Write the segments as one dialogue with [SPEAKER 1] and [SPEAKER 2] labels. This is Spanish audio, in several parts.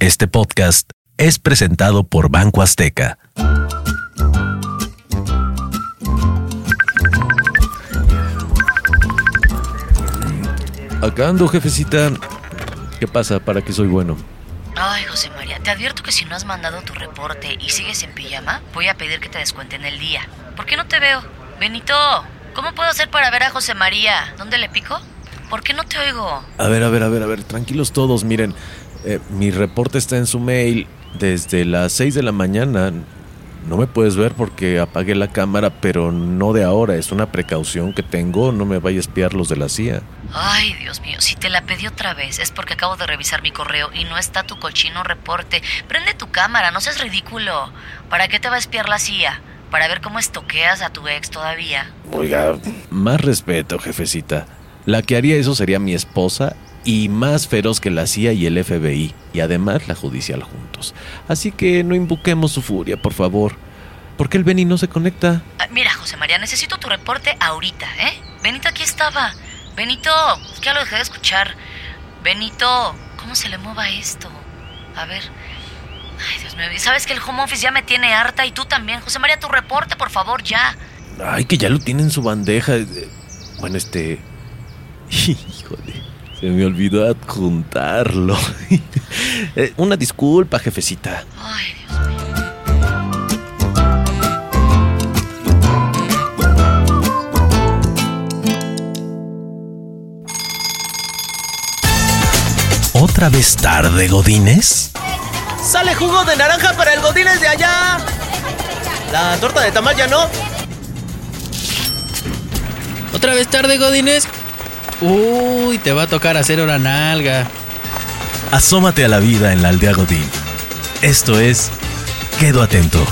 [SPEAKER 1] Este podcast es presentado por Banco Azteca.
[SPEAKER 2] Acá ando, jefecita. ¿Qué pasa? ¿Para qué soy bueno?
[SPEAKER 3] Ay, José María, te advierto que si no has mandado tu reporte y sigues en pijama, voy a pedir que te descuenten el día. ¿Por qué no te veo? Benito, ¿cómo puedo hacer para ver a José María? ¿Dónde le pico? ¿Por qué no te oigo?
[SPEAKER 2] A ver, a ver, a ver, a ver. Tranquilos todos, miren. eh, mi reporte está en su mail desde las 6 de la mañana. No me puedes ver porque apagué la cámara, pero no de ahora. Es una precaución que tengo. No me vaya a espiar los de la CIA.
[SPEAKER 3] Ay, Dios mío, si te la pedí otra vez es porque acabo de revisar mi correo y no está tu cochino reporte. Prende tu cámara, no seas ridículo. ¿Para qué te va a espiar la CIA? ¿Para ver cómo estoqueas a tu ex todavía?
[SPEAKER 2] Oiga, más respeto, jefecita. La que haría eso sería mi esposa y más feroz que la CIA y el FBI, y además la judicial juntos. Así que no invoquemos su furia, por favor. ¿Por qué el Benny no se conecta?
[SPEAKER 3] Ah, Mira, José María, necesito tu reporte ahorita, ¿eh? Benito aquí estaba. Benito, es que ya lo dejé de escuchar. Benito, ¿cómo se le mueva esto? A ver. Ay, Dios mío. y ¿Sabes que el home office ya me tiene harta y tú también? José María, tu reporte, por favor, ya.
[SPEAKER 2] Ay, que ya lo tiene en su bandeja. Eh, Bueno, este... Híjole, se me olvidó adjuntarlo. Eh, Una disculpa, jefecita.
[SPEAKER 3] Ay, Dios mío.
[SPEAKER 1] ¿Otra vez tarde, Godines?
[SPEAKER 4] ¡Sale jugo de naranja para el Godínez de allá! La torta de tamal ya no.
[SPEAKER 5] ¿Otra vez tarde, Godines? Uy, te va a tocar hacer hora nalga.
[SPEAKER 1] Asómate a la vida en la aldea Godín. Esto es Quedo Atento.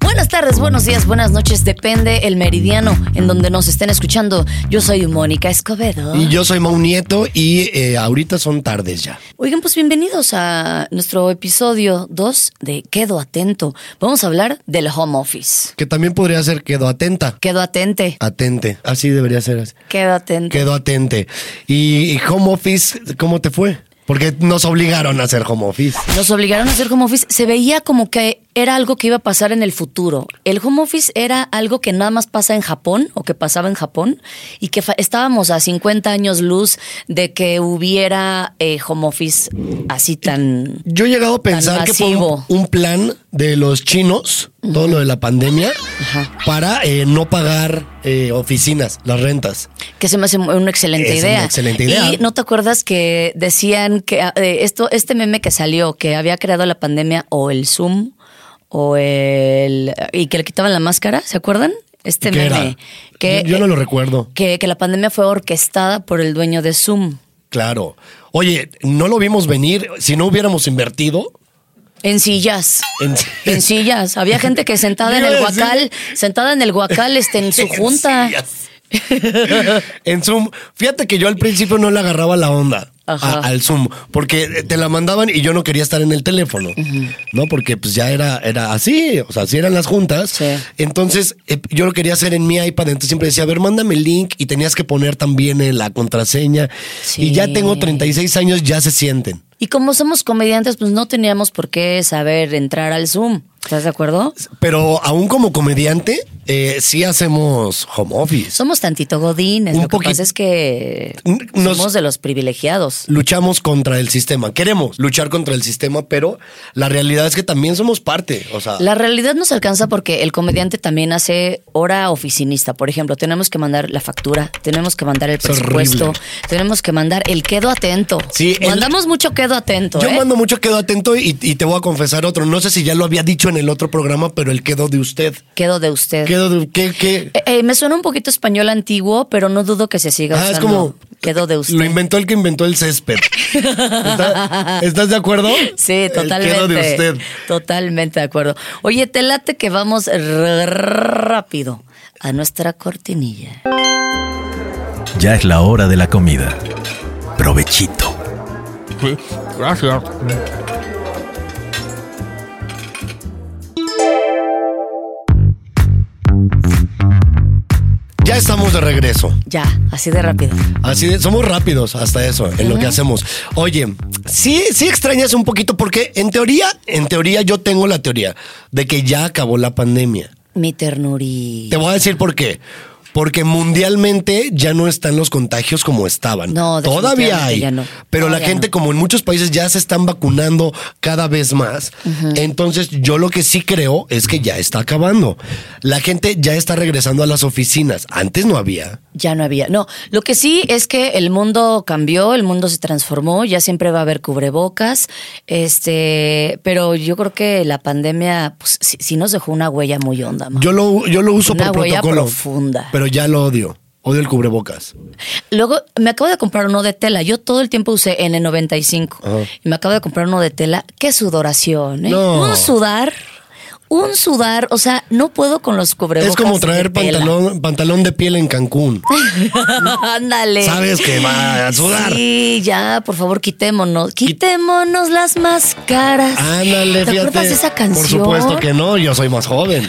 [SPEAKER 3] Buenas tardes, buenos días, buenas noches. Depende el meridiano en donde nos estén escuchando. Yo soy Mónica Escobedo.
[SPEAKER 6] Y yo soy Mau Nieto y eh, ahorita son tardes ya.
[SPEAKER 3] Oigan, pues bienvenidos a nuestro episodio 2 de Quedo Atento. Vamos a hablar del home office.
[SPEAKER 6] Que también podría ser quedo atenta.
[SPEAKER 3] Quedo atente.
[SPEAKER 6] Atente. Así debería ser. así.
[SPEAKER 3] Quedo atento.
[SPEAKER 6] Quedo atente. Y, y home office, ¿cómo te fue? Porque nos obligaron a hacer home office.
[SPEAKER 3] Nos obligaron a hacer home office. Se veía como que era algo que iba a pasar en el futuro. El home office era algo que nada más pasa en Japón o que pasaba en Japón y que fa- estábamos a 50 años luz de que hubiera eh, home office así tan...
[SPEAKER 6] Yo he llegado a
[SPEAKER 3] Tan
[SPEAKER 6] pensar que fue un,
[SPEAKER 3] masivo.
[SPEAKER 6] un plan de los chinos, todo lo de la pandemia,
[SPEAKER 3] Ajá.
[SPEAKER 6] para eh, no pagar eh, oficinas, las rentas.
[SPEAKER 3] Que se me hace una excelente
[SPEAKER 6] Es una
[SPEAKER 3] idea.
[SPEAKER 6] excelente idea.
[SPEAKER 3] Y no te acuerdas que decían que eh, esto, este meme que salió, que había creado la pandemia o el Zoom o el. y que le quitaban la máscara, ¿se acuerdan? Este
[SPEAKER 6] ¿Qué era?
[SPEAKER 3] meme. Que,
[SPEAKER 6] Yo- yo no lo recuerdo.
[SPEAKER 3] Que, que la pandemia fue orquestada por el dueño de Zoom.
[SPEAKER 6] Claro. Oye, no lo vimos venir. Si no hubiéramos invertido
[SPEAKER 3] En sillas.
[SPEAKER 6] en.
[SPEAKER 3] En sillas. Había gente que sentada en
[SPEAKER 6] Yo
[SPEAKER 3] el
[SPEAKER 6] iba a decir-
[SPEAKER 3] guacal, sentada en el guacal, este, en su junta.
[SPEAKER 6] sillas. en Zoom. Fíjate que yo al principio no le agarraba la onda a-
[SPEAKER 3] Ajá.
[SPEAKER 6] al Zoom, porque te la mandaban y yo no quería estar en el teléfono, ¿no? Porque pues ya era, era así, o sea, así eran las juntas.
[SPEAKER 3] Sí.
[SPEAKER 6] Entonces eh, yo lo quería hacer en mi iPad, entonces siempre decía, a ver, mándame el link y tenías que poner también eh, la contraseña.
[SPEAKER 3] Sí.
[SPEAKER 6] Y ya tengo 36 años, ya se sienten.
[SPEAKER 3] Y como somos comediantes, pues no teníamos por qué saber entrar al Zoom. ¿Estás de acuerdo?
[SPEAKER 6] Pero aún como comediante, eh, sí hacemos home office.
[SPEAKER 3] Somos tantito godines.
[SPEAKER 6] Un
[SPEAKER 3] Lo que
[SPEAKER 6] poquito.
[SPEAKER 3] pasa es que
[SPEAKER 6] N- nos-
[SPEAKER 3] somos de los privilegiados.
[SPEAKER 6] luchamos contra el sistema. Queremos luchar contra el sistema, pero la realidad es que también somos parte. O sea,
[SPEAKER 3] La realidad nos alcanza porque el comediante también hace hora oficinista. Por ejemplo, tenemos que mandar la factura, tenemos que mandar el
[SPEAKER 6] horrible.
[SPEAKER 3] presupuesto, tenemos que mandar el quedo atento.
[SPEAKER 6] Sí, el-
[SPEAKER 3] Mandamos mucho quedo atento.
[SPEAKER 6] yo
[SPEAKER 3] ¿eh?
[SPEAKER 6] mando mucho quedo atento y, y te voy a confesar otro. No sé si ya lo había dicho en el otro programa, pero el quedo de usted.
[SPEAKER 3] Quedo de usted.
[SPEAKER 6] Quedo de qué, qué.
[SPEAKER 3] Eh, eh, me suena un poquito español antiguo, pero no dudo que se siga
[SPEAKER 6] Ah,
[SPEAKER 3] usando.
[SPEAKER 6] es como
[SPEAKER 3] Quedo de usted.
[SPEAKER 6] Lo inventó el que inventó el césped. ¿Está- ¿Estás de acuerdo?
[SPEAKER 3] Sí,
[SPEAKER 6] El
[SPEAKER 3] totalmente.
[SPEAKER 6] quedo de usted.
[SPEAKER 3] Totalmente de acuerdo. Oye, te late que vamos r- rápido a nuestra cortinilla.
[SPEAKER 1] Ya es la hora de la comida. Provechito.
[SPEAKER 7] Gracias.
[SPEAKER 6] Ya estamos de regreso.
[SPEAKER 3] Ya, así de rápido.
[SPEAKER 6] Así de, somos rápidos hasta eso, en lo que hacemos. Oye, sí, sí extrañas un poquito porque en teoría, en teoría yo tengo la teoría de que ya acabó la pandemia.
[SPEAKER 3] Mi ternurí.
[SPEAKER 6] Te voy a decir por qué. Porque mundialmente ya no están los contagios como estaban.
[SPEAKER 3] No,
[SPEAKER 6] todavía
[SPEAKER 3] definitivamente
[SPEAKER 6] hay.
[SPEAKER 3] ya no.
[SPEAKER 6] Pero la
[SPEAKER 3] Todavía
[SPEAKER 6] gente,
[SPEAKER 3] no.
[SPEAKER 6] como en muchos países, ya se están vacunando cada vez más. Entonces, yo lo que sí creo es que ya está acabando. La gente ya está regresando a las oficinas. Antes no había.
[SPEAKER 3] Ya no había. No, lo que sí es que el mundo cambió, el mundo se transformó, ya siempre va a haber cubrebocas, este, pero yo creo que la pandemia pues, sí, sí nos dejó una huella muy honda. ma.
[SPEAKER 6] Yo lo, yo lo uso
[SPEAKER 3] Una
[SPEAKER 6] por
[SPEAKER 3] huella
[SPEAKER 6] protocolo.
[SPEAKER 3] profunda.
[SPEAKER 6] Pero ya lo odio. Odio el cubrebocas.
[SPEAKER 3] Luego me acabo de comprar uno de tela, yo todo el tiempo usé N95 y me acabo de comprar uno de tela, qué sudoración, ¿eh?
[SPEAKER 6] No.
[SPEAKER 3] Un sudar, un sudar, o sea, no puedo con los cubrebocas.
[SPEAKER 6] es como
[SPEAKER 3] de
[SPEAKER 6] traer
[SPEAKER 3] tela.
[SPEAKER 6] pantalón, pantalón de piel en Cancún.
[SPEAKER 3] Ándale.
[SPEAKER 6] Sabes que va a sudar.
[SPEAKER 3] Sí, ya, por favor, quitémonos. Quitémonos las máscaras.
[SPEAKER 6] Ándale,
[SPEAKER 3] ¿Te
[SPEAKER 6] fíjate.
[SPEAKER 3] acuerdas de esa canción?
[SPEAKER 6] Por supuesto que no, yo soy más joven.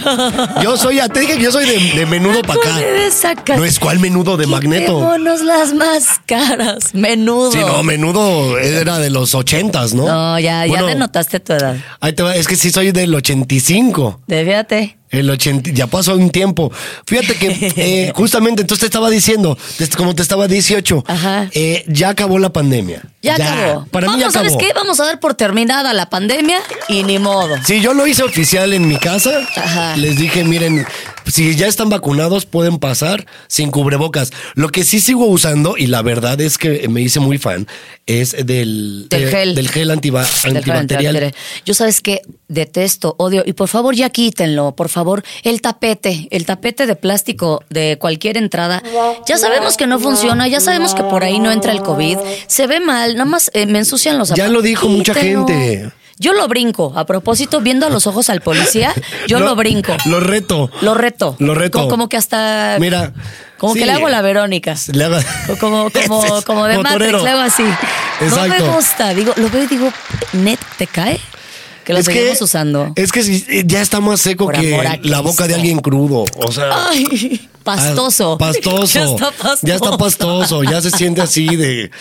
[SPEAKER 6] Yo soy, ya te dije que yo soy de, de menudo para
[SPEAKER 3] De esa
[SPEAKER 6] acá.
[SPEAKER 3] canción.
[SPEAKER 6] No es cuál menudo de magneto.
[SPEAKER 3] Quitémonos las máscaras. Menudo.
[SPEAKER 6] Sí, no, menudo era de los ochentas, ¿no?
[SPEAKER 3] No, ya,
[SPEAKER 6] Bueno,
[SPEAKER 3] ya denotaste tu edad.
[SPEAKER 6] Ahí te va, es que sí soy del 85.
[SPEAKER 3] De- Fíjate.
[SPEAKER 6] El 80, ya pasó un tiempo. Fíjate que eh, justamente entonces te estaba diciendo, des- como te estaba 18,
[SPEAKER 3] Ajá.
[SPEAKER 6] eh, ya acabó la pandemia.
[SPEAKER 3] Ya, acabó.
[SPEAKER 6] Para
[SPEAKER 3] Vamos,
[SPEAKER 6] mí ya acabó.
[SPEAKER 3] ¿sabes qué? Vamos a dar por terminada la pandemia y ni modo.
[SPEAKER 6] Sí, yo lo hice oficial en mi casa.
[SPEAKER 3] Ajá.
[SPEAKER 6] Les dije, miren, si ya están vacunados, pueden pasar sin cubrebocas. Lo que sí sigo usando, y la verdad es que me hice muy fan, es del,
[SPEAKER 3] Del
[SPEAKER 6] eh,
[SPEAKER 3] gel.
[SPEAKER 6] del gel antiba-
[SPEAKER 3] Del
[SPEAKER 6] antibacterial.
[SPEAKER 3] antibacterial. Yo sabes que detesto, odio, y por favor ya quítenlo, por favor, el tapete, el tapete de plástico de cualquier entrada. Ya sabemos que no funciona, ya sabemos que por ahí no entra el COVID, se ve mal, nada más eh, me ensucian los
[SPEAKER 6] Ya
[SPEAKER 3] zapatos.
[SPEAKER 6] lo dijo mucha
[SPEAKER 3] Quítenlo.
[SPEAKER 6] gente.
[SPEAKER 3] Yo lo brinco, a propósito, viendo a los ojos al policía, yo lo, brinco.
[SPEAKER 6] Lo reto.
[SPEAKER 3] Lo reto.
[SPEAKER 6] Lo reto.
[SPEAKER 3] Como, como que hasta.
[SPEAKER 6] Mira,
[SPEAKER 3] Como
[SPEAKER 6] sí.
[SPEAKER 3] que le hago la Verónica.
[SPEAKER 6] Le hago-
[SPEAKER 3] O Como, como, como de Matrix,
[SPEAKER 6] torero.
[SPEAKER 3] le hago así. No
[SPEAKER 6] Exacto.
[SPEAKER 3] me gusta. Digo, lo veo y digo, net, ¿te cae? Que lo
[SPEAKER 6] Es
[SPEAKER 3] seguimos usando.
[SPEAKER 6] Es que sí, eh, ya está más seco
[SPEAKER 3] Por
[SPEAKER 6] que
[SPEAKER 3] amor a
[SPEAKER 6] la
[SPEAKER 3] Cristo.
[SPEAKER 6] boca de alguien crudo. O sea.
[SPEAKER 3] Ay,
[SPEAKER 6] ah,
[SPEAKER 3] pastoso.
[SPEAKER 6] Pastoso.
[SPEAKER 3] Ya está pastoso.
[SPEAKER 6] Ya está pastoso. Ya se siente así de.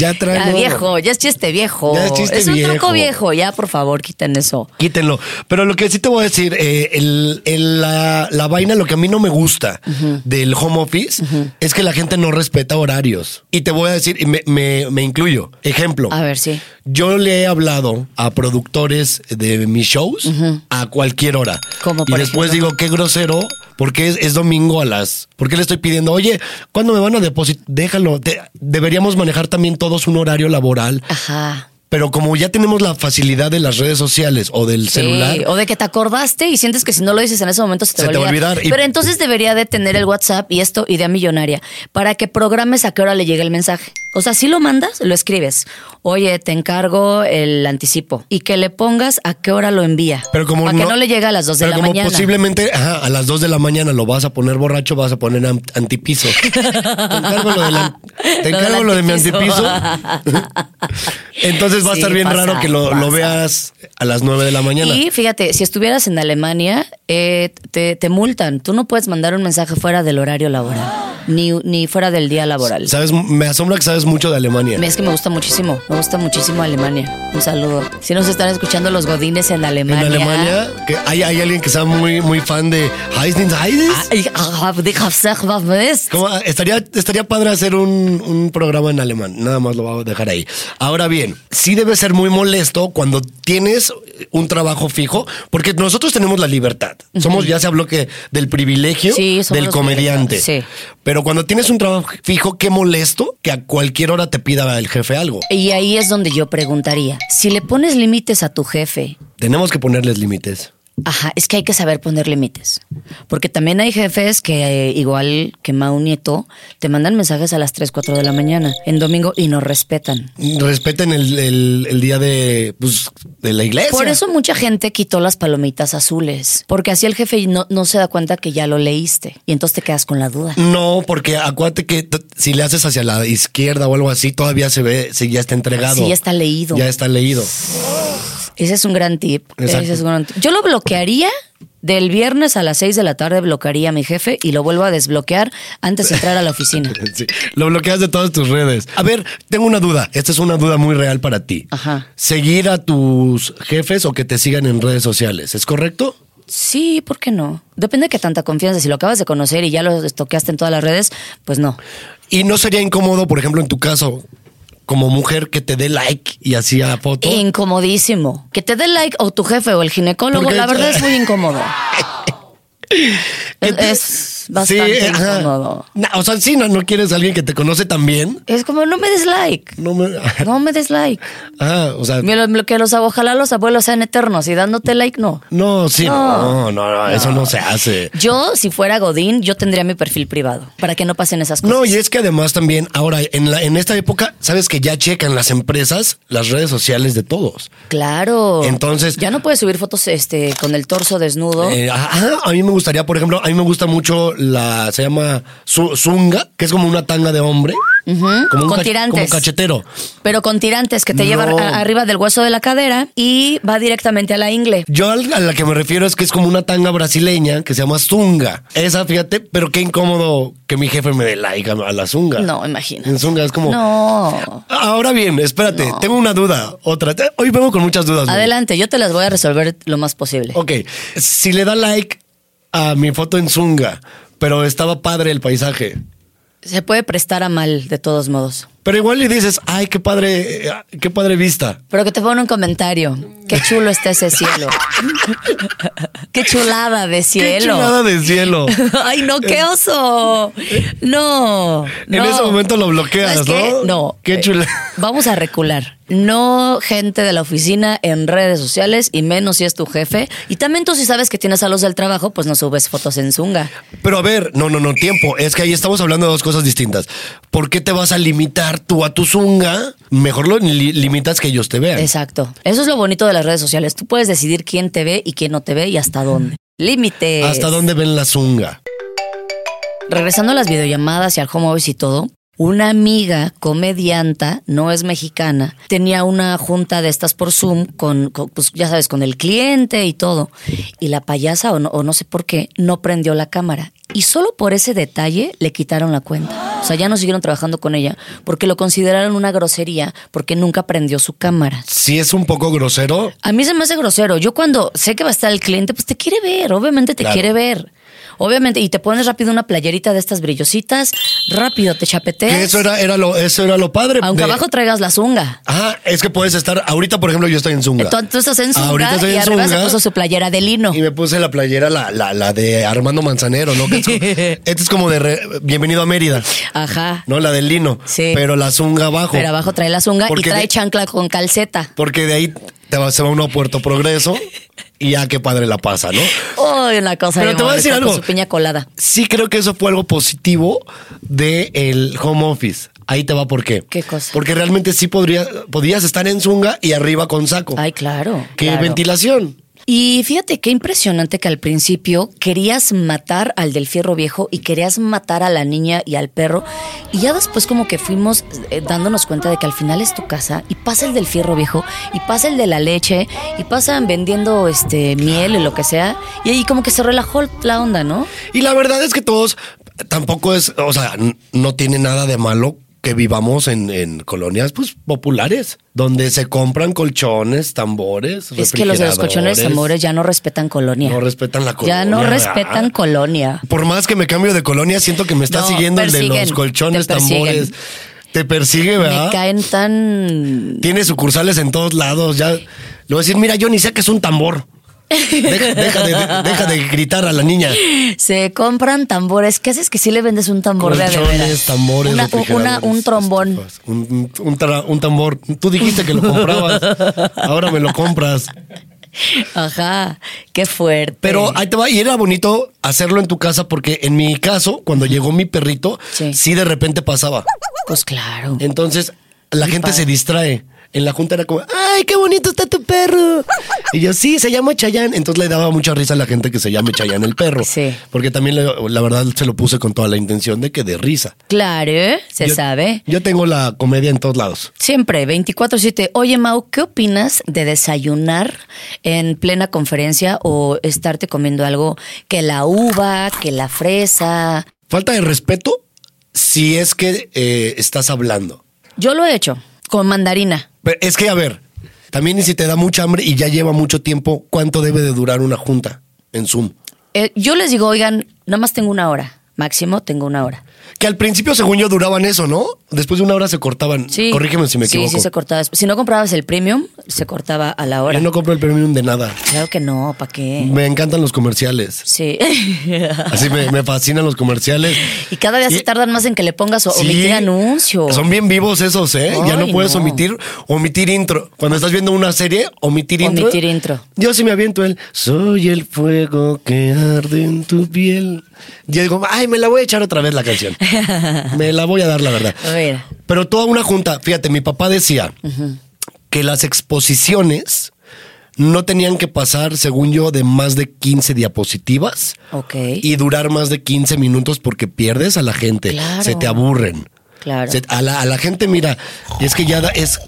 [SPEAKER 6] Ya
[SPEAKER 3] Ya
[SPEAKER 6] traigo.
[SPEAKER 3] viejo, ya es chiste viejo.
[SPEAKER 6] Ya es chiste
[SPEAKER 3] un
[SPEAKER 6] viejo.
[SPEAKER 3] truco viejo. Ya, por favor, quiten eso.
[SPEAKER 6] Quítenlo. Pero lo que sí te voy a decir, eh, el- el- la, la vaina, lo que a mí no me gusta del home office es que la gente no respeta horarios. Y te voy a decir, y me, me- me incluyo. Ejemplo.
[SPEAKER 3] A ver, sí.
[SPEAKER 6] Yo le he hablado a productores de mis shows a cualquier hora.
[SPEAKER 3] Como,
[SPEAKER 6] y
[SPEAKER 3] por
[SPEAKER 6] después digo, qué grosero, porque es, es domingo a las... porque le estoy pidiendo? Oye, ¿cuándo me van a depositar? Déjalo. te- deberíamos manejar también todos un horario laboral.
[SPEAKER 3] Ajá.
[SPEAKER 6] Pero como ya tenemos la facilidad de las redes sociales o del
[SPEAKER 3] Sí,
[SPEAKER 6] celular,
[SPEAKER 3] o de que te acordaste y sientes que si no lo dices en ese momento se te,
[SPEAKER 6] Se
[SPEAKER 3] va,
[SPEAKER 6] te
[SPEAKER 3] a
[SPEAKER 6] va a olvidar y-
[SPEAKER 3] Pero entonces debería de tener el WhatsApp y esto, idea millonaria, para que programes a qué hora le llegue el mensaje. O sea, si lo mandas, lo escribes. Oye, te encargo el anticipo. Y que le pongas a qué hora lo envía.
[SPEAKER 6] pero como
[SPEAKER 3] para que no le llegue a las 2 de
[SPEAKER 6] pero
[SPEAKER 3] la
[SPEAKER 6] como
[SPEAKER 3] mañana.
[SPEAKER 6] posiblemente ajá, a las 2 de la mañana lo vas a poner borracho, vas a poner am- antipiso. te encargo lo de, la- te
[SPEAKER 3] Lo del
[SPEAKER 6] encargo lo de mi antipiso.
[SPEAKER 3] antipiso.
[SPEAKER 6] Entonces va a
[SPEAKER 3] Sí,
[SPEAKER 6] estar bien
[SPEAKER 3] pasa,
[SPEAKER 6] raro que lo, lo
[SPEAKER 3] pasa.
[SPEAKER 6] veas a las 9 de la mañana.
[SPEAKER 3] Y fíjate, si estuvieras en Alemania, eh, te, te multan. Tú no puedes mandar un mensaje fuera del horario laboral, ni, ni fuera del día laboral.
[SPEAKER 6] Sabes, me asombra que sabes mucho de Alemania.
[SPEAKER 3] Es que me gusta muchísimo, me gusta muchísimo Alemania. Un saludo. Si nos están escuchando los godines en
[SPEAKER 6] En
[SPEAKER 3] Alemania.
[SPEAKER 6] Alemania, que hay, hay alguien que sea muy, muy fan de Heisnings
[SPEAKER 3] Ah, ich hab dich gesagt, was ist?
[SPEAKER 6] ¿Cómo? ah, Estaría, estaría padre hacer un, un programa en alemán. Nada más lo vamos a dejar ahí. Ahora bien, sí debe ser muy molesto cuando tienes un trabajo fijo, porque nosotros tenemos la libertad. Somos, ya se habló que del privilegio
[SPEAKER 3] Sí, somos
[SPEAKER 6] del
[SPEAKER 3] los
[SPEAKER 6] comediante.
[SPEAKER 3] privilegiados,
[SPEAKER 6] Pero cuando tienes un trabajo fijo, qué molesto que a cualquier hora te pida el jefe algo.
[SPEAKER 3] Y ahí es donde yo preguntaría, si le pones límites a tu jefe,
[SPEAKER 6] Tenemos que ponerles límites.
[SPEAKER 3] Ajá, es que hay que saber poner límites. Porque también hay jefes que, eh, igual que Mau Nieto, te mandan mensajes a las 3, 4 de la mañana, en domingo, y no respetan.
[SPEAKER 6] Respeten el, el- el día de, pues, de la iglesia.
[SPEAKER 3] Por eso mucha gente quitó las palomitas azules, porque así el jefe no, no se da cuenta que ya lo leíste, y entonces te quedas con la duda.
[SPEAKER 6] No, porque acuérdate que t- si le haces hacia la izquierda o algo así, todavía se ve, si ya está entregado.
[SPEAKER 3] Sí, ya está leído.
[SPEAKER 6] Ya está leído.
[SPEAKER 3] Ese es un gran tip.
[SPEAKER 6] Exacto.
[SPEAKER 3] Ese es un gran tip. Yo lo bloquearía Del viernes a las 6 de la tarde bloquearía a mi jefe y lo vuelvo a desbloquear antes de entrar a la oficina.
[SPEAKER 6] Sí, lo bloqueas de todas tus redes. A ver, tengo una duda. Esta es una duda muy real para ti.
[SPEAKER 3] Ajá.
[SPEAKER 6] Seguir a tus jefes o que te sigan en redes sociales, ¿es correcto?
[SPEAKER 3] Sí, ¿por qué no? Depende de qué tanta confianza. Si lo acabas de conocer y ya lo estoqueaste en todas las redes, pues no.
[SPEAKER 6] Y no sería incómodo, por ejemplo, en tu caso, como mujer que te dé like y así a la foto.
[SPEAKER 3] Incomodísimo. Que te dé like o tu jefe o el ginecólogo,
[SPEAKER 6] Porque-
[SPEAKER 3] la verdad es muy incómodo. es, es bastante
[SPEAKER 6] Sí, ajá.
[SPEAKER 3] incómodo.
[SPEAKER 6] No, o sea, sí, no, no quieres a alguien que te conoce tan bien.
[SPEAKER 3] Es como, no me des like.
[SPEAKER 6] No me.
[SPEAKER 3] No me des like.
[SPEAKER 6] Ah, o sea.
[SPEAKER 3] Me lo- lo que los ab- ojalá los abuelos sean eternos y dándote like, no.
[SPEAKER 6] No, sí,
[SPEAKER 3] No.
[SPEAKER 6] no, no, no, eso no se hace.
[SPEAKER 3] Yo, si fuera Godín, yo tendría mi perfil privado para que no pasen esas cosas.
[SPEAKER 6] No, y es que además también, ahora, en, la, en esta época, sabes que ya checan las empresas las redes sociales de todos.
[SPEAKER 3] Claro.
[SPEAKER 6] Entonces-
[SPEAKER 3] Ya no puedes subir fotos este, con el torso desnudo.
[SPEAKER 6] Eh, ajá, a mí me gustaría, por ejemplo, a mí me gusta mucho la, se llama zu- zunga, que es como una tanga de hombre. como
[SPEAKER 3] con
[SPEAKER 6] ca-
[SPEAKER 3] tirantes.
[SPEAKER 6] Como cachetero.
[SPEAKER 3] Pero con tirantes que te lleva
[SPEAKER 6] No.
[SPEAKER 3] a- arriba del hueso de la cadera y va directamente a la ingle.
[SPEAKER 6] Yo al- a la que me refiero es que es como una tanga brasileña que se llama zunga. Esa, fíjate, pero qué incómodo que mi jefe me dé like a, a la zunga.
[SPEAKER 3] No, imagínate.
[SPEAKER 6] En zunga es como...
[SPEAKER 3] No.
[SPEAKER 6] Ahora bien, espérate, tengo una duda, otra. Eh, Hoy vengo con muchas dudas. Moni.
[SPEAKER 3] Adelante, yo te las voy a resolver lo más posible.
[SPEAKER 6] Ok, si le da like a mi foto en zunga, pero estaba padre el paisaje.
[SPEAKER 3] Se puede prestar a mal, de todos modos.
[SPEAKER 6] Pero igual le dices, ay, qué padre, eh, qué padre vista.
[SPEAKER 3] Pero que te ponga un comentario. Qué chulo está ese cielo. Qué chulada de cielo.
[SPEAKER 6] Qué chulada de cielo.
[SPEAKER 3] Ay, no, qué oso. No.
[SPEAKER 6] En
[SPEAKER 3] no.
[SPEAKER 6] ese momento lo bloqueas,
[SPEAKER 3] ¿Sabes qué?
[SPEAKER 6] ¿no?
[SPEAKER 3] No.
[SPEAKER 6] Qué
[SPEAKER 3] Eh,
[SPEAKER 6] chula-
[SPEAKER 3] Vamos a recular. No gente de la oficina en redes sociales y menos si es tu jefe. Y también tú si sabes que tienes a los del trabajo, pues no subes fotos en Zunga.
[SPEAKER 6] Pero a ver, no, no, no, tiempo. Es que ahí estamos hablando de dos cosas distintas. ¿Por qué te vas a limitar tú a tu zunga? Mejor lo li- limitas que ellos te vean.
[SPEAKER 3] Exacto. Eso es lo bonito de las redes sociales. Tú puedes decidir quién te ve y quién no te ve y hasta dónde. Límites.
[SPEAKER 6] ¿Hasta dónde ven la zunga?
[SPEAKER 3] Regresando a las videollamadas y al home office y todo, una amiga comedianta, no es mexicana, tenía una junta de estas por Zoom con, con, pues ya sabes, con el cliente y todo. Y la payasa, o no, o no sé por qué, no prendió la cámara. Y solo por ese detalle le quitaron la cuenta. O sea, ya no siguieron trabajando con ella porque lo consideraron una grosería porque nunca prendió su cámara.
[SPEAKER 6] Si es un poco grosero,
[SPEAKER 3] A mí se me hace grosero. Yo cuando sé que va a estar el cliente, pues te quiere ver, obviamente te
[SPEAKER 6] Claro.
[SPEAKER 3] quiere ver. Obviamente, y te pones rápido una playerita de estas brillositas, rápido te chapeteas.
[SPEAKER 6] que eso era, era lo, eso era lo padre.
[SPEAKER 3] Aunque
[SPEAKER 6] de-
[SPEAKER 3] abajo traigas la zunga.
[SPEAKER 6] Ajá, es que puedes estar. Ahorita, por ejemplo, yo estoy en zunga.
[SPEAKER 3] Tú, tú estás en zunga
[SPEAKER 6] Ahorita estoy
[SPEAKER 3] y
[SPEAKER 6] en
[SPEAKER 3] arriba se
[SPEAKER 6] zunga.
[SPEAKER 3] puso su playera de lino.
[SPEAKER 6] Y me puse la playera, la, la, la de Armando Manzanero, ¿no? Que es como- Este es como de re- Bienvenido a Mérida,
[SPEAKER 3] Ajá.
[SPEAKER 6] ¿no? La del Lino.
[SPEAKER 3] Sí.
[SPEAKER 6] Pero la zunga abajo.
[SPEAKER 3] Pero abajo trae la zunga y
[SPEAKER 6] Porque
[SPEAKER 3] trae
[SPEAKER 6] de-
[SPEAKER 3] chancla con calceta.
[SPEAKER 6] Porque de ahí te va- se va uno a Puerto Progreso y ya qué padre la pasa, ¿no?
[SPEAKER 3] Uy, una cosa.
[SPEAKER 6] Pero
[SPEAKER 3] bien
[SPEAKER 6] te voy
[SPEAKER 3] bonita
[SPEAKER 6] a decir
[SPEAKER 3] con
[SPEAKER 6] algo.
[SPEAKER 3] su piña colada.
[SPEAKER 6] Sí creo que eso fue algo positivo del el home office. Ahí te va por qué.
[SPEAKER 3] ¿Qué cosa?
[SPEAKER 6] Porque realmente sí podría, podías estar en zunga y arriba con saco.
[SPEAKER 3] Ay, claro.
[SPEAKER 6] Oh. Qué
[SPEAKER 3] claro.
[SPEAKER 6] ventilación.
[SPEAKER 3] Y fíjate qué impresionante que al principio querías matar al del fierro viejo y querías matar a la niña y al perro. Y ya después como que fuimos eh, dándonos cuenta de que al final es tu casa y pasa el del fierro viejo y pasa el de la leche y pasan vendiendo este miel y lo que sea. Y ahí como que se relajó la onda, ¿no?
[SPEAKER 6] Y la verdad es que todos tampoco es, o sea, n- no tiene nada de malo que vivamos en, en colonias pues populares, donde se compran colchones, tambores,
[SPEAKER 3] Es que los de los colchones de
[SPEAKER 6] refrigeradores.
[SPEAKER 3] amores ya no respetan colonia.
[SPEAKER 6] No respetan la
[SPEAKER 3] Ya
[SPEAKER 6] colonia,
[SPEAKER 3] no
[SPEAKER 6] ¿verdad?
[SPEAKER 3] respetan colonia.
[SPEAKER 6] Por más que me cambio de colonia, siento que me está
[SPEAKER 3] No,
[SPEAKER 6] siguiendo el de los
[SPEAKER 3] persiguen,
[SPEAKER 6] colchones,
[SPEAKER 3] te persiguen.
[SPEAKER 6] tambores. Te persigue, ¿verdad?
[SPEAKER 3] Me caen tan
[SPEAKER 6] Tiene sucursales en todos lados. Ya le voy a decir, mira, yo ni sé que es un tambor. Deja, deja de, de- deja de gritar a la niña.
[SPEAKER 3] Se compran tambores. ¿Qué haces que si le vendes un tambor de a de veras?
[SPEAKER 6] Colchones,
[SPEAKER 3] Una-
[SPEAKER 6] tambores,
[SPEAKER 3] u- una-
[SPEAKER 6] refrigeradores,
[SPEAKER 3] un trombón.
[SPEAKER 6] estufas, Un, un- un tra- un tambor. Tú dijiste que lo comprabas. Ahora me lo compras.
[SPEAKER 3] Ajá. Qué fuerte.
[SPEAKER 6] Pero ah, ahí te va. Y era bonito hacerlo en tu casa porque en mi caso, cuando llegó mi perrito,
[SPEAKER 3] Sí.
[SPEAKER 6] sí de repente pasaba.
[SPEAKER 3] Pues claro.
[SPEAKER 6] Entonces, la gente se distrae. en la junta era como, ¡ay, qué bonito está tu perro! Y yo, sí, se llama Chayán. Entonces le daba mucha risa a la gente que se llame Chayán el perro.
[SPEAKER 3] Sí.
[SPEAKER 6] Porque también, le- la verdad, se lo puse con toda la intención de que de risa.
[SPEAKER 3] Claro, ¿eh? se
[SPEAKER 6] Yo-
[SPEAKER 3] sabe.
[SPEAKER 6] Yo tengo la comedia en todos lados.
[SPEAKER 3] Siempre, 24-7. Oye, Mau, ¿qué opinas de desayunar en plena conferencia o estarte comiendo algo que la uva, que la fresa?
[SPEAKER 6] Falta de respeto si es que eh, estás hablando.
[SPEAKER 3] Yo lo he hecho con mandarina.
[SPEAKER 6] Pero es que, a ver, también si te da mucha hambre y ya lleva mucho tiempo, ¿cuánto debe de durar una junta en Zoom?
[SPEAKER 3] Eh, yo les digo, oigan, nada más tengo una hora. Máximo, tengo una hora.
[SPEAKER 6] Que al principio, según yo, duraban eso, ¿no? Después de una hora se cortaban.
[SPEAKER 3] Sí.
[SPEAKER 6] Corrígeme si me
[SPEAKER 3] Sí,
[SPEAKER 6] equivoco.
[SPEAKER 3] Sí, se cortaba. Si no comprabas el premium, se cortaba a la hora.
[SPEAKER 6] Yo no compro el premium de nada.
[SPEAKER 3] Claro que no, ¿para qué?
[SPEAKER 6] Me encantan los comerciales.
[SPEAKER 3] Sí.
[SPEAKER 6] Así me, me fascinan los comerciales.
[SPEAKER 3] Y cada día se
[SPEAKER 6] Y-
[SPEAKER 3] tardan más en que le pongas o
[SPEAKER 6] Sí.
[SPEAKER 3] omitir anuncio.
[SPEAKER 6] Son bien vivos esos, ¿eh? ya no
[SPEAKER 3] Ay,
[SPEAKER 6] puedes
[SPEAKER 3] no.
[SPEAKER 6] omitir omitir intro. Cuando estás viendo una serie, omitir intro.
[SPEAKER 3] Omitir intro.
[SPEAKER 6] Yo sí me aviento el Soy el fuego que arde en tu piel. Yo digo, ay, me la voy a echar otra vez la canción. me la voy a dar, la verdad.
[SPEAKER 3] A ver.
[SPEAKER 6] Pero toda una junta, fíjate, mi papá decía que las exposiciones no tenían que pasar, según yo, de más de 15 diapositivas
[SPEAKER 3] Ok.
[SPEAKER 6] y durar más de 15 minutos porque pierdes a la gente,
[SPEAKER 3] Claro.
[SPEAKER 6] se te aburren.
[SPEAKER 3] Claro.
[SPEAKER 6] Se- a, la, a la gente, mira, y es que ya da- es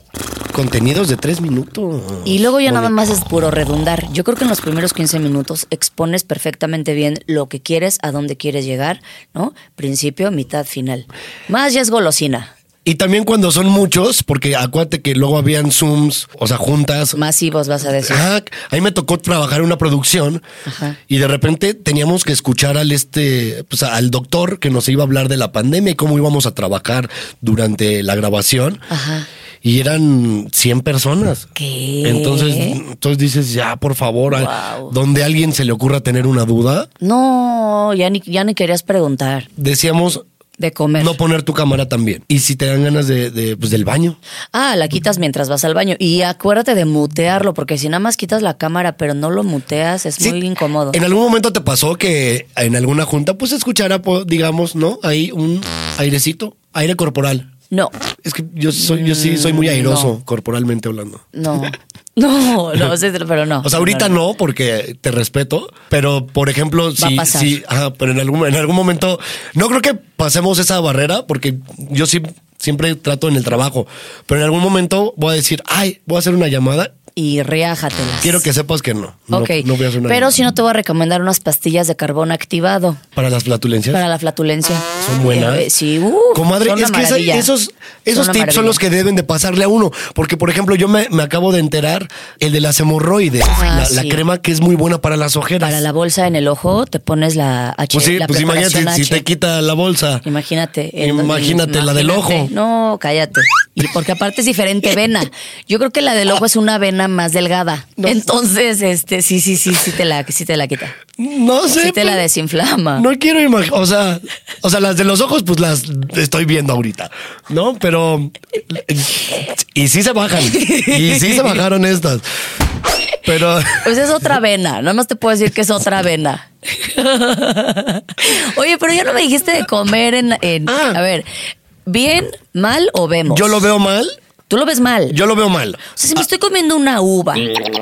[SPEAKER 6] contenidos de tres minutos.
[SPEAKER 3] Y luego ya nada más es puro redundar. Yo creo que en los primeros 15 minutos expones perfectamente bien lo que quieres, a dónde quieres llegar, ¿no? Principio, mitad, final. Más ya es golosina.
[SPEAKER 6] Y también cuando son muchos, porque acuérdate que luego habían Zooms, o sea, juntas.
[SPEAKER 3] Masivos vas a decir.
[SPEAKER 6] Ajá, a mí me tocó trabajar en una producción
[SPEAKER 3] Ajá.
[SPEAKER 6] y de repente teníamos que escuchar al este, pues, al doctor que nos iba a hablar de la pandemia y cómo íbamos a trabajar durante la grabación.
[SPEAKER 3] Ajá.
[SPEAKER 6] Y eran 100 personas.
[SPEAKER 3] ¿Qué?
[SPEAKER 6] Entonces, entonces dices, ya, por favor, a-
[SPEAKER 3] Wow.
[SPEAKER 6] donde a alguien se le ocurra tener una duda,
[SPEAKER 3] No, ya ni, ya ni querías preguntar.
[SPEAKER 6] decíamos
[SPEAKER 3] De comer.
[SPEAKER 6] no poner tu cámara también. Y si te dan ganas de, de, pues, del baño.
[SPEAKER 3] Ah, la quitas mientras vas al baño. Y acuérdate de mutearlo, porque si nada más quitas la cámara, pero no lo muteas, es
[SPEAKER 6] Sí,
[SPEAKER 3] muy incómodo.
[SPEAKER 6] ¿En algún momento te pasó que en alguna junta, pues escuchara, po- digamos, ¿no? Ahí un airecito, aire corporal.
[SPEAKER 3] No,
[SPEAKER 6] Es que yo, soy, yo sí soy muy airoso,
[SPEAKER 3] Mm, no.
[SPEAKER 6] corporalmente hablando.
[SPEAKER 3] no. No, no, sí, pero no.
[SPEAKER 6] O sea, ahorita no, porque te respeto, pero por ejemplo,
[SPEAKER 3] a
[SPEAKER 6] si,
[SPEAKER 3] pasar.
[SPEAKER 6] si- ajá, pero en algún, en algún momento, no creo que pasemos esa barrera, porque yo sí, siempre trato en el trabajo, pero en algún momento voy a decir, ay, voy a hacer una llamada,
[SPEAKER 3] Y reájatelas.
[SPEAKER 6] quiero que sepas que no. No,
[SPEAKER 3] Ok,
[SPEAKER 6] no voy a hacer una
[SPEAKER 3] pero
[SPEAKER 6] llamada.
[SPEAKER 3] si no te voy a recomendar unas pastillas de carbón activado
[SPEAKER 6] Para las flatulencias.
[SPEAKER 3] para la flatulencia.
[SPEAKER 6] Son buenas.
[SPEAKER 3] Eh, sí, uh,
[SPEAKER 6] Comadre,
[SPEAKER 3] son una
[SPEAKER 6] es que esa-
[SPEAKER 3] maravilla.
[SPEAKER 6] esos, esos
[SPEAKER 3] una
[SPEAKER 6] tips son
[SPEAKER 3] maravilla.
[SPEAKER 6] los que deben de pasarle a uno. Porque, por ejemplo, yo me, me acabo de enterar el de las hemorroides,
[SPEAKER 3] Ah,
[SPEAKER 6] la, la
[SPEAKER 3] sí.
[SPEAKER 6] crema que es muy buena para las ojeras.
[SPEAKER 3] Para la bolsa en el ojo te pones la H.
[SPEAKER 6] pues sí,
[SPEAKER 3] la
[SPEAKER 6] pues imagínate,
[SPEAKER 3] preparación
[SPEAKER 6] si te
[SPEAKER 3] H.
[SPEAKER 6] quita la bolsa.
[SPEAKER 3] Imagínate. en donde-
[SPEAKER 6] Imagínate la del
[SPEAKER 3] imagínate.
[SPEAKER 6] ojo.
[SPEAKER 3] No, cállate. Y porque aparte es diferente vena. Yo creo que la del ojo es una vena más delgada. Entonces, este, sí, sí, sí, sí te la, sí te la quita.
[SPEAKER 6] No sé.
[SPEAKER 3] Sí te la
[SPEAKER 6] pero-
[SPEAKER 3] desinflama.
[SPEAKER 6] No quiero imaginar, o sea, o sea, las de los ojos, pues las estoy viendo ahorita, ¿no? Pero. Y sí se bajan. Y sí se bajaron estas. Pero.
[SPEAKER 3] Pues es otra vena, nada más te puedo decir que es otra vena. Oye, pero ya no me dijiste de comer en... en-
[SPEAKER 6] Ah.
[SPEAKER 3] A ver, ¿bien, mal o vemos?
[SPEAKER 6] Yo lo veo mal.
[SPEAKER 3] Tú lo ves mal.
[SPEAKER 6] Yo lo veo mal.
[SPEAKER 3] O sea, si me estoy comiendo una uva,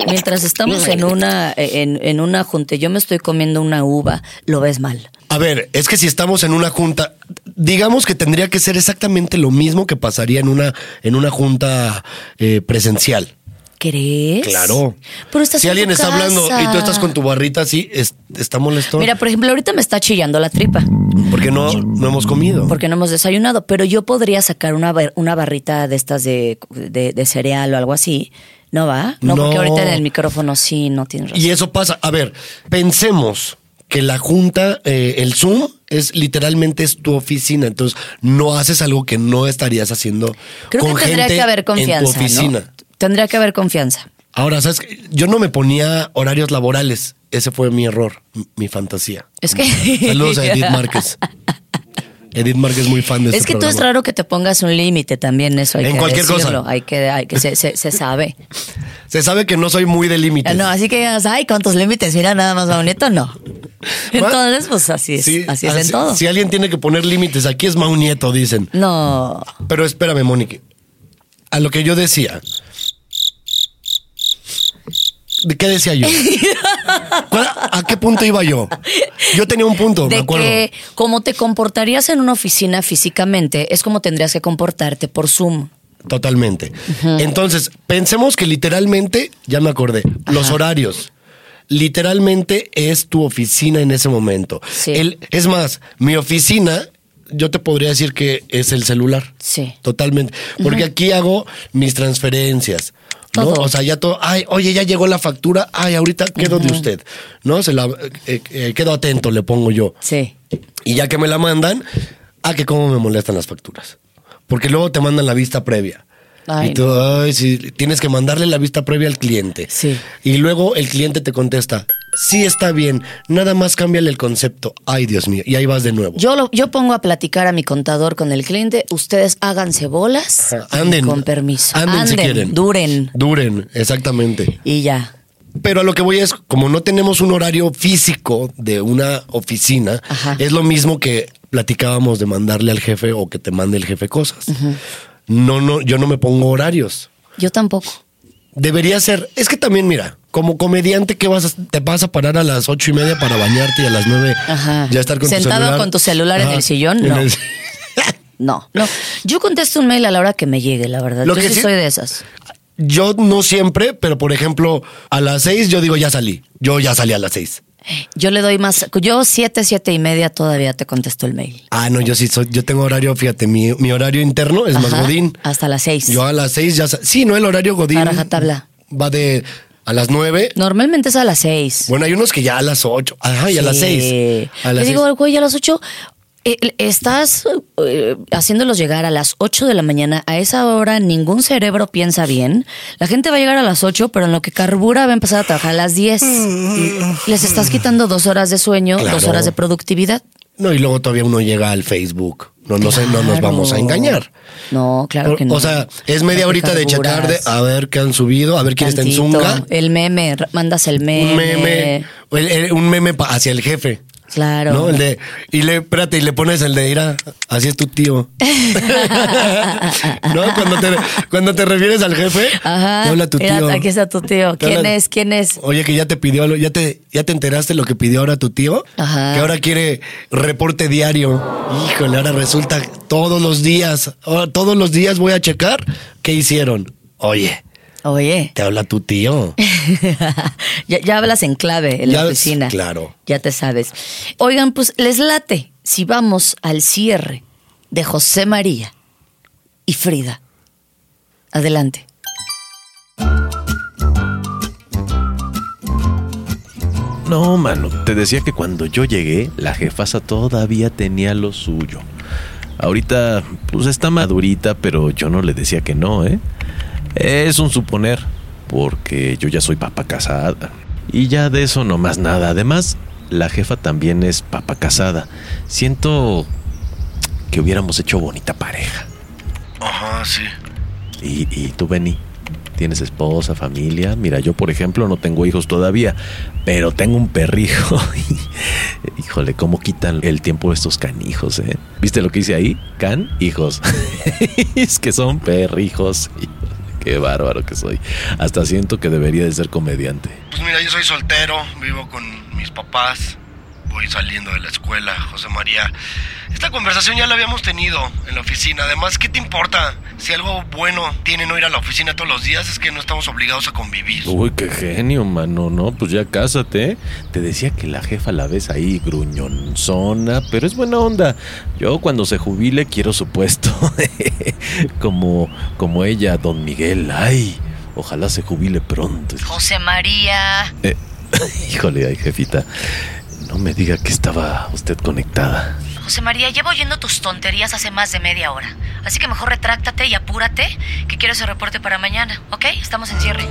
[SPEAKER 3] mientras estamos en una, en, en una junta, yo me estoy comiendo una uva, lo ves mal.
[SPEAKER 6] A ver, es que si estamos en una junta, digamos que tendría que ser exactamente lo mismo que pasaría en una, en una junta eh, presencial.
[SPEAKER 3] ¿Crees?
[SPEAKER 6] Claro.
[SPEAKER 3] Pero estás
[SPEAKER 6] si
[SPEAKER 3] en
[SPEAKER 6] alguien
[SPEAKER 3] tu
[SPEAKER 6] está
[SPEAKER 3] casa.
[SPEAKER 6] hablando y tú estás con tu barrita así, es- está molesto.
[SPEAKER 3] Mira, por ejemplo, ahorita me está chillando la tripa.
[SPEAKER 6] porque no, no hemos comido.
[SPEAKER 3] porque no hemos desayunado, pero yo podría sacar una, bar- una barrita de estas de, de- de cereal o algo así. ¿No va? No, porque
[SPEAKER 6] No.
[SPEAKER 3] ahorita en el micrófono sí, no tienes razón.
[SPEAKER 6] Y eso pasa. A ver, pensemos que la junta, eh, el Zoom, es literalmente es tu oficina. Entonces, no haces algo que no estarías haciendo
[SPEAKER 3] Creo
[SPEAKER 6] con
[SPEAKER 3] que tendría
[SPEAKER 6] gente
[SPEAKER 3] que haber
[SPEAKER 6] en tu
[SPEAKER 3] confianza.
[SPEAKER 6] oficina.
[SPEAKER 3] ¿no? Tendría que haber confianza.
[SPEAKER 6] Ahora, ¿sabes? qué? Yo no me ponía horarios laborales. Ese fue mi error, m- mi fantasía.
[SPEAKER 3] Es que.
[SPEAKER 6] Saludos a Edith Márquez. Edith Márquez es muy fan de
[SPEAKER 3] Es
[SPEAKER 6] este
[SPEAKER 3] que tú es
[SPEAKER 6] programa.
[SPEAKER 3] raro que te pongas un límite también, eso hay
[SPEAKER 6] En
[SPEAKER 3] que
[SPEAKER 6] cualquier cosa.
[SPEAKER 3] decirlo, Hay que, hay que se, se- se sabe.
[SPEAKER 6] Se sabe que no soy muy de límites.
[SPEAKER 3] No, así que digas, ay, ¿cuántos límites? Mira, nada más va bonito, no. Entonces, pues así es,
[SPEAKER 6] Sí,
[SPEAKER 3] así es en
[SPEAKER 6] así-
[SPEAKER 3] todo.
[SPEAKER 6] Si alguien tiene que poner límites, aquí es Mau Nieto, dicen.
[SPEAKER 3] No,
[SPEAKER 6] Pero espérame, Mónica. A lo que yo decía, ¿De qué decía yo? ¿Cuál- ¿A qué punto iba yo? Yo tenía un punto, me
[SPEAKER 3] de
[SPEAKER 6] acuerdo.
[SPEAKER 3] que como te comportarías en una oficina físicamente, es como tendrías que comportarte por Zoom.
[SPEAKER 6] Totalmente. Entonces, pensemos que literalmente, ya me acordé, los horarios. Literalmente es tu oficina en ese momento.
[SPEAKER 3] Sí.
[SPEAKER 6] El- es más, mi oficina, yo te podría decir que es el celular.
[SPEAKER 3] Sí.
[SPEAKER 6] Totalmente. Porque aquí hago mis transferencias. ¿no?
[SPEAKER 3] Todo.
[SPEAKER 6] O sea, ya todo. Ay, oye, ya llegó la factura. Ay, ahorita quedo de usted. ¿No? Se la. eh, eh, quedo atento, le pongo yo.
[SPEAKER 3] Sí.
[SPEAKER 6] Y ya que me la mandan, a que cómo me molestan las facturas. Porque luego te mandan la vista previa.
[SPEAKER 3] Ay,
[SPEAKER 6] y tú, ay, sí, tienes que mandarle la vista previa al cliente.
[SPEAKER 3] Sí.
[SPEAKER 6] Y luego el cliente te contesta, sí está bien, nada más cámbiale el concepto. Ay, Dios mío. Y ahí vas de nuevo.
[SPEAKER 3] Yo, lo- yo pongo a platicar a mi contador con el cliente. Ustedes háganse bolas.
[SPEAKER 6] Ajá. anden.
[SPEAKER 3] Con permiso.
[SPEAKER 6] Anden, si quieren.
[SPEAKER 3] Duren.
[SPEAKER 6] Duren, exactamente.
[SPEAKER 3] Y ya.
[SPEAKER 6] Pero a lo que voy es, como no tenemos un horario físico de una oficina,
[SPEAKER 3] Ajá.
[SPEAKER 6] es lo mismo que platicábamos de mandarle al jefe o que te mande el jefe cosas. No, no, yo no me pongo horarios.
[SPEAKER 3] Yo tampoco.
[SPEAKER 6] Debería ser, es que también, mira, como comediante, ¿qué vas a- te vas a parar a las ocho y media para bañarte y a las nueve
[SPEAKER 3] Ajá.
[SPEAKER 6] ya estar con tu
[SPEAKER 3] Sentado
[SPEAKER 6] celular?
[SPEAKER 3] con tu celular en el sillón,
[SPEAKER 6] En
[SPEAKER 3] no. No, no. Yo contesto un mail a la hora que me llegue, la verdad.
[SPEAKER 6] Lo
[SPEAKER 3] yo
[SPEAKER 6] que
[SPEAKER 3] sí
[SPEAKER 6] sí-
[SPEAKER 3] soy de esas.
[SPEAKER 6] Yo no siempre, pero por ejemplo, a las seis yo digo ya salí. Yo ya salí a las seis.
[SPEAKER 3] Yo le doy más. Yo siete, siete y media todavía te contesto el mail.
[SPEAKER 6] Ah, no, yo sí soy, yo tengo horario, fíjate, mi, mi horario interno es más
[SPEAKER 3] Ajá,
[SPEAKER 6] godín.
[SPEAKER 3] Hasta las seis.
[SPEAKER 6] Yo a las seis ya. sa- Sí, no, el horario Godín.
[SPEAKER 3] A rajatabla.
[SPEAKER 6] Va de a las nueve.
[SPEAKER 3] Normalmente es a las seis.
[SPEAKER 6] Bueno, hay unos que ya a las ocho. Ajá, y a las
[SPEAKER 3] Sí.
[SPEAKER 6] seis. A las
[SPEAKER 3] Te digo,
[SPEAKER 6] seis.
[SPEAKER 3] güey, a las 8 estás eh, haciéndolos llegar a las 8 de la mañana. A esa hora ningún cerebro piensa bien. La gente va a llegar a las 8, pero en lo que carbura va a empezar a trabajar a las 10. Y Les estás quitando dos horas de sueño,
[SPEAKER 6] Mm. Claro.
[SPEAKER 3] dos horas de productividad.
[SPEAKER 6] No, y luego todavía uno llega al Facebook. No, no, sé, no nos
[SPEAKER 3] Claro.
[SPEAKER 6] vamos a engañar.
[SPEAKER 3] No, claro
[SPEAKER 6] Por-
[SPEAKER 3] que no.
[SPEAKER 6] O sea, es media
[SPEAKER 3] Lo que
[SPEAKER 6] horita de
[SPEAKER 3] carburas.
[SPEAKER 6] checar de a ver qué han subido, a ver quién está en
[SPEAKER 3] Tantito. eh.
[SPEAKER 6] Zunga.
[SPEAKER 3] El meme, r- mandas el meme.
[SPEAKER 6] Un meme. el- el- un meme pa- hacia el jefe.
[SPEAKER 3] Claro.
[SPEAKER 6] ¿No? El de, y le, espérate, y le pones el de ir a, así es tu tío. ¿No? Cuando te, cuando te refieres al jefe,
[SPEAKER 3] Ajá.
[SPEAKER 6] te habla tu
[SPEAKER 3] Mira,
[SPEAKER 6] tío.
[SPEAKER 3] aquí está tu tío.
[SPEAKER 6] Te
[SPEAKER 3] ¿Quién
[SPEAKER 6] habla-
[SPEAKER 3] es? ¿Quién es?
[SPEAKER 6] Oye, que ya te pidió, lo- ya te, ya te enteraste lo que pidió ahora tu tío,
[SPEAKER 3] Ajá.
[SPEAKER 6] que ahora quiere reporte diario. Híjole, ahora resulta todos los días, ahora todos los días voy a checar qué hicieron. Oye,
[SPEAKER 3] Oye.
[SPEAKER 6] te habla tu tío.
[SPEAKER 3] ya, ya hablas en clave en la
[SPEAKER 6] Ya,
[SPEAKER 3] oficina.
[SPEAKER 6] claro.
[SPEAKER 3] Ya te sabes. Oigan, pues les late si vamos al cierre de José María y Frida. Adelante.
[SPEAKER 2] No, mano, te decía que cuando yo llegué, la jefasa todavía tenía lo suyo. Ahorita, pues está madurita, pero yo no le decía que no, ¿eh? Es un suponer, porque yo ya soy papa casada. Y ya de eso no más nada. Además, la jefa también es papa casada. Siento que hubiéramos hecho bonita pareja.
[SPEAKER 8] Ajá, sí.
[SPEAKER 2] Y, y tú, Benny, tienes esposa, familia. Mira, yo, por ejemplo, no tengo hijos todavía, pero tengo un perrijo. Y, Híjole, cómo quitan el tiempo estos canijos, ¿eh? ¿Viste lo que hice ahí? Can, hijos. es que son perrijos. Híjole, Qué bárbaro que soy. Hasta siento que debería de ser comediante.
[SPEAKER 8] Pues mira, yo soy soltero, vivo con mis papás, voy saliendo de la escuela, José María. Esta conversación ya la habíamos tenido en la oficina. Además, ¿qué te importa? Si algo bueno tiene no ir a la oficina todos los días, es que no estamos obligados a convivir.
[SPEAKER 2] Uy, qué genio, mano. No, pues ya cásate. ¿eh? Te decía que la jefa la ves ahí gruñonzona, pero es buena onda. Yo cuando se jubile quiero su puesto. como, como ella, don Miguel. Ay, ojalá se jubile pronto.
[SPEAKER 9] José María.
[SPEAKER 2] Híjole, ay, jefita. No me diga que estaba usted conectada.
[SPEAKER 9] José María, llevo oyendo tus tonterías hace más de media hora. Así que mejor retráctate y apúrate, que quiero ese reporte para mañana, ¿ok? Estamos en cierre.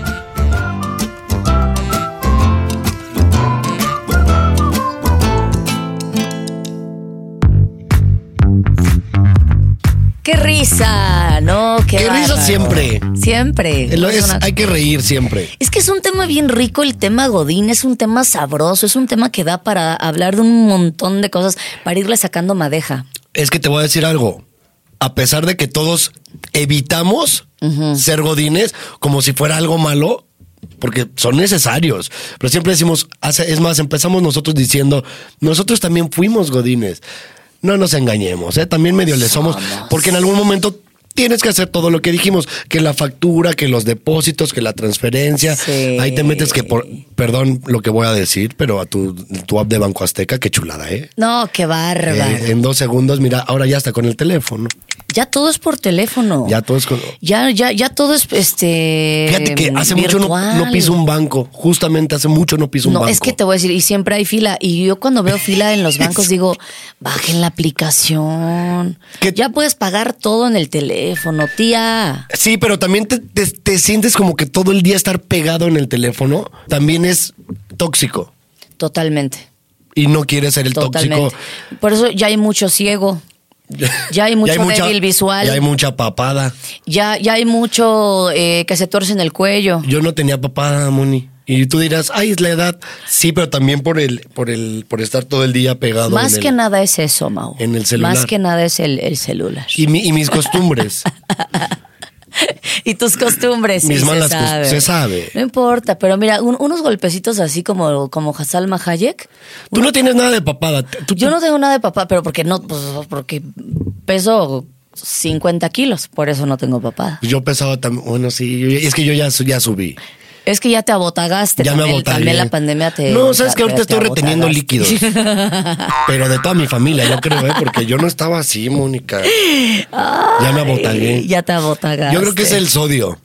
[SPEAKER 3] ¡Qué risa! No, qué
[SPEAKER 6] Qué risa
[SPEAKER 3] bárbaro.
[SPEAKER 6] siempre.
[SPEAKER 3] Siempre.
[SPEAKER 6] Lo
[SPEAKER 3] Es
[SPEAKER 6] es-
[SPEAKER 3] una-
[SPEAKER 6] hay que reír siempre.
[SPEAKER 3] Es que es un tema bien rico el tema Godín, es un tema sabroso, es un tema que da para hablar de un montón de cosas, para irle sacando madeja.
[SPEAKER 6] Es que te voy a decir algo. A pesar de que todos evitamos ser godines como si fuera algo malo, porque son necesarios. Pero siempre decimos, hace- es más, empezamos nosotros diciendo, nosotros también fuimos godines. No nos engañemos, ¿eh? también medio le somos, porque en algún momento tienes que hacer todo lo que dijimos, que la factura, que los depósitos, que la transferencia.
[SPEAKER 3] Sí.
[SPEAKER 6] Ahí te metes que por, perdón lo que voy a decir, pero a tu, tu app de Banco Azteca, qué chulada, ¿eh?
[SPEAKER 3] No, qué bárbaro.
[SPEAKER 6] Eh, en dos segundos, mira, ahora ya está con el teléfono.
[SPEAKER 3] Ya todo es por teléfono.
[SPEAKER 6] Ya todo es con-
[SPEAKER 3] Ya, ya, ya todo es este.
[SPEAKER 6] Fíjate que hace mucho no, no
[SPEAKER 3] virtual.
[SPEAKER 6] piso un banco. Justamente hace mucho no piso un
[SPEAKER 3] No,
[SPEAKER 6] banco.
[SPEAKER 3] es que te voy a decir, y siempre hay fila. Y yo cuando veo fila en los bancos digo, bajen la aplicación.
[SPEAKER 6] ¿Qué?
[SPEAKER 3] Ya puedes pagar todo en el teléfono, tía.
[SPEAKER 6] Sí, pero también te, te- te sientes como que todo el día estar pegado en el teléfono también es tóxico.
[SPEAKER 3] Totalmente.
[SPEAKER 6] Y no quieres ser el
[SPEAKER 3] Totalmente.
[SPEAKER 6] tóxico.
[SPEAKER 3] Por eso ya hay mucho ciego. Ya hay mucho débil visual.
[SPEAKER 6] Ya hay mucha papada.
[SPEAKER 3] Ya, ya hay mucho eh, que se torce en el cuello.
[SPEAKER 6] Yo no tenía papada, Moni. Y tú dirás, ay, es la edad. Sí, pero también por el, por el, por estar todo el día pegado.
[SPEAKER 3] Más
[SPEAKER 6] en el-
[SPEAKER 3] que nada es eso, Mau.
[SPEAKER 6] en el celular.
[SPEAKER 3] Más que nada es el, el celular.
[SPEAKER 6] Y, mi- y mis costumbres.
[SPEAKER 3] Y tus costumbres.
[SPEAKER 6] Mis
[SPEAKER 3] sí,
[SPEAKER 6] malas
[SPEAKER 3] se
[SPEAKER 6] cos-
[SPEAKER 3] sabe.
[SPEAKER 6] se sabe.
[SPEAKER 3] No importa, pero mira, un- unos golpecitos así como, como Salma Hayek.
[SPEAKER 6] Tú no tienes nada de papada. Tú-
[SPEAKER 3] Yo no tengo nada de papá, pero porque no, pues, porque peso 50 kilos, por eso no tengo papá.
[SPEAKER 6] Yo pesaba también. Bueno, sí. yo- es que yo ya, su- ya subí.
[SPEAKER 3] Es que ya te abotagaste.
[SPEAKER 6] Ya me
[SPEAKER 3] también,
[SPEAKER 6] abotagué.
[SPEAKER 3] también la pandemia te.
[SPEAKER 6] No, sabes que ahorita
[SPEAKER 3] te
[SPEAKER 6] estoy reteniendo
[SPEAKER 3] abotagaste.
[SPEAKER 6] Pero de toda mi familia, yo creo, ¿eh? Porque yo no estaba así, Mónica. Ya me abotagué.
[SPEAKER 3] Ya te abotagaste.
[SPEAKER 6] Yo creo que es el sodio.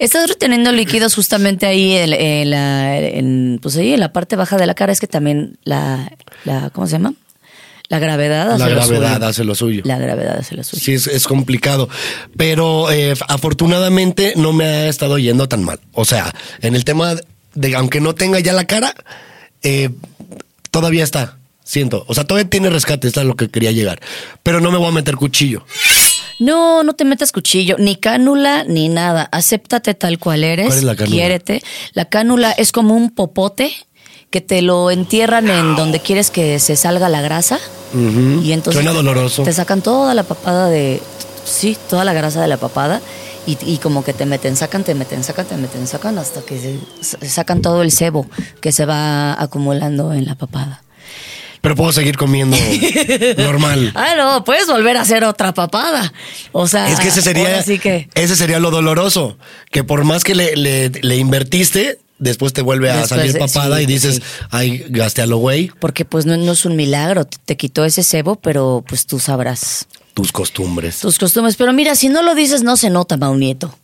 [SPEAKER 3] Estás reteniendo líquidos justamente ahí en, en la, en, pues ahí en la parte baja de la cara. Es que también la, la ¿cómo se llama? La gravedad hace
[SPEAKER 6] La
[SPEAKER 3] lo
[SPEAKER 6] gravedad
[SPEAKER 3] suyo.
[SPEAKER 6] hace lo suyo.
[SPEAKER 3] La gravedad hace lo suyo.
[SPEAKER 6] Sí, es, es complicado. Pero eh, afortunadamente no me ha estado yendo tan mal. O sea, en el tema de aunque no tenga ya la cara, eh, todavía está. Siento. O sea, todavía tiene rescate, está lo que quería llegar. Pero no me voy a meter cuchillo.
[SPEAKER 3] No, no te metas cuchillo, ni cánula, ni nada. Acéptate tal cual eres.
[SPEAKER 6] ¿Cuál es la cánula?
[SPEAKER 3] Quiérete. La cánula es como un popote que te lo entierran en donde quieres que se salga la grasa. Y entonces.
[SPEAKER 6] Suena
[SPEAKER 3] te-
[SPEAKER 6] doloroso.
[SPEAKER 3] Te sacan toda la papada de. Sí, toda la grasa de la papada. Y, y como que te meten, sacan, te meten, sacan, te meten, sacan, hasta que se- sacan todo el sebo que se va acumulando en la papada.
[SPEAKER 6] Pero puedo seguir comiendo normal.
[SPEAKER 3] Ah, no, puedes volver a hacer otra papada. O sea,
[SPEAKER 6] Es que ese sería,
[SPEAKER 3] Así Ah, que.
[SPEAKER 6] ese sería lo doloroso, que por más que le, le- le invertiste, después te vuelve a
[SPEAKER 3] Después
[SPEAKER 6] salir
[SPEAKER 3] de-
[SPEAKER 6] papada
[SPEAKER 3] sí,
[SPEAKER 6] y dices,
[SPEAKER 3] sí.
[SPEAKER 6] ay, gasté a lo güey,
[SPEAKER 3] Porque pues no, no es un milagro, te, te quitó ese cebo, pero pues tú sabrás
[SPEAKER 6] tus costumbres.
[SPEAKER 3] tus costumbres. Pero mira, si no lo dices, no se nota, Mau Nieto.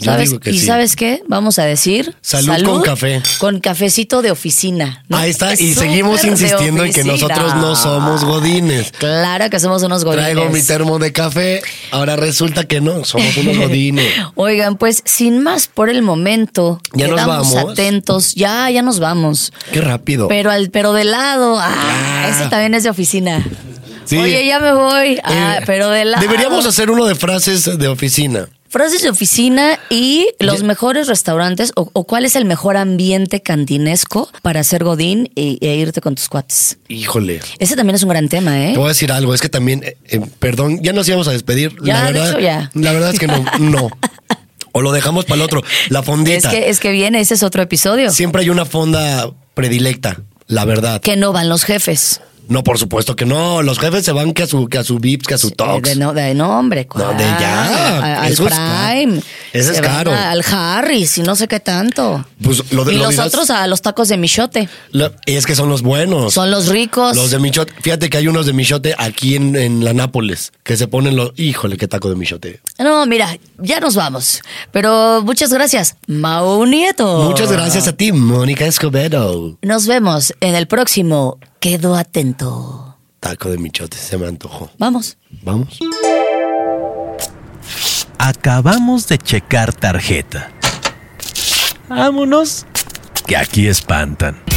[SPEAKER 6] Yo
[SPEAKER 3] ¿Sabes?
[SPEAKER 6] digo que
[SPEAKER 3] y
[SPEAKER 6] sí.
[SPEAKER 3] ¿sabes qué? Vamos a decir...
[SPEAKER 6] Salud con café.
[SPEAKER 3] Con cafecito de oficina. ¿no?
[SPEAKER 6] Ahí está, y
[SPEAKER 3] Súper
[SPEAKER 6] seguimos
[SPEAKER 3] de
[SPEAKER 6] insistiendo en que
[SPEAKER 3] oficina.
[SPEAKER 6] nosotros no somos godines.
[SPEAKER 3] Claro que somos unos godines.
[SPEAKER 6] Traigo mi termo de café, ahora resulta que no, somos unos godines.
[SPEAKER 3] Oigan, pues sin más por el momento,
[SPEAKER 6] Ya nos
[SPEAKER 3] quedamos
[SPEAKER 6] vamos.
[SPEAKER 3] atentos. Ya, ya nos vamos.
[SPEAKER 6] Qué rápido.
[SPEAKER 3] Pero al pero de lado. Ah,
[SPEAKER 6] Ah.
[SPEAKER 3] ese también es de oficina.
[SPEAKER 6] Sí.
[SPEAKER 3] Oye, ya me voy. Ah,
[SPEAKER 6] Eh,
[SPEAKER 3] pero de lado.
[SPEAKER 6] Deberíamos hacer uno de frases de oficina.
[SPEAKER 3] frases de oficina y los
[SPEAKER 6] Ya.
[SPEAKER 3] mejores restaurantes o, o cuál es el mejor ambiente cantinesco para hacer godín e, e irte con tus cuates.
[SPEAKER 6] Híjole.
[SPEAKER 3] Ese también es un gran tema, ¿eh?
[SPEAKER 6] Te voy a decir algo, es que también, eh, eh, perdón, ya nos íbamos a despedir.
[SPEAKER 3] Ya,
[SPEAKER 6] la
[SPEAKER 3] de
[SPEAKER 6] verdad,
[SPEAKER 3] hecho, ya.
[SPEAKER 6] La verdad es que no, no. O lo dejamos para el otro. La
[SPEAKER 3] Es
[SPEAKER 6] fondita.
[SPEAKER 3] que es que viene, ese es otro episodio.
[SPEAKER 6] Siempre hay una fonda predilecta, la verdad.
[SPEAKER 3] Que no van los jefes.
[SPEAKER 6] No, por supuesto que no. Los jefes se van que a su, que a su VIPs, que a su
[SPEAKER 3] De,
[SPEAKER 6] Tox.
[SPEAKER 3] no, de no, hombre,
[SPEAKER 6] No, de
[SPEAKER 3] ¿cuál?
[SPEAKER 6] ya.
[SPEAKER 3] A- al
[SPEAKER 6] Eso es ca-
[SPEAKER 3] Prime.
[SPEAKER 6] Ese es
[SPEAKER 3] Se van
[SPEAKER 6] caro.
[SPEAKER 3] a- Al Harris y no sé qué tanto.
[SPEAKER 6] Pues lo de-
[SPEAKER 3] y
[SPEAKER 6] lo
[SPEAKER 3] los
[SPEAKER 6] dirás-
[SPEAKER 3] otros a los tacos de Michote.
[SPEAKER 6] La- es que son los buenos.
[SPEAKER 3] Son los ricos.
[SPEAKER 6] Los de Michote. Fíjate que hay unos de Michote aquí en, en la Nápoles que se ponen los. Híjole, qué taco de Michote.
[SPEAKER 3] No, mira, ya nos vamos. Pero muchas gracias, Mau Nieto.
[SPEAKER 6] Muchas gracias a ti, Mónica Escobedo.
[SPEAKER 3] Nos vemos en el próximo. Quedo atento.
[SPEAKER 6] Taco de Michote, se me antojó.
[SPEAKER 3] Vamos.
[SPEAKER 6] Vamos.
[SPEAKER 1] Acabamos de checar tarjeta. Vámonos, que aquí espantan.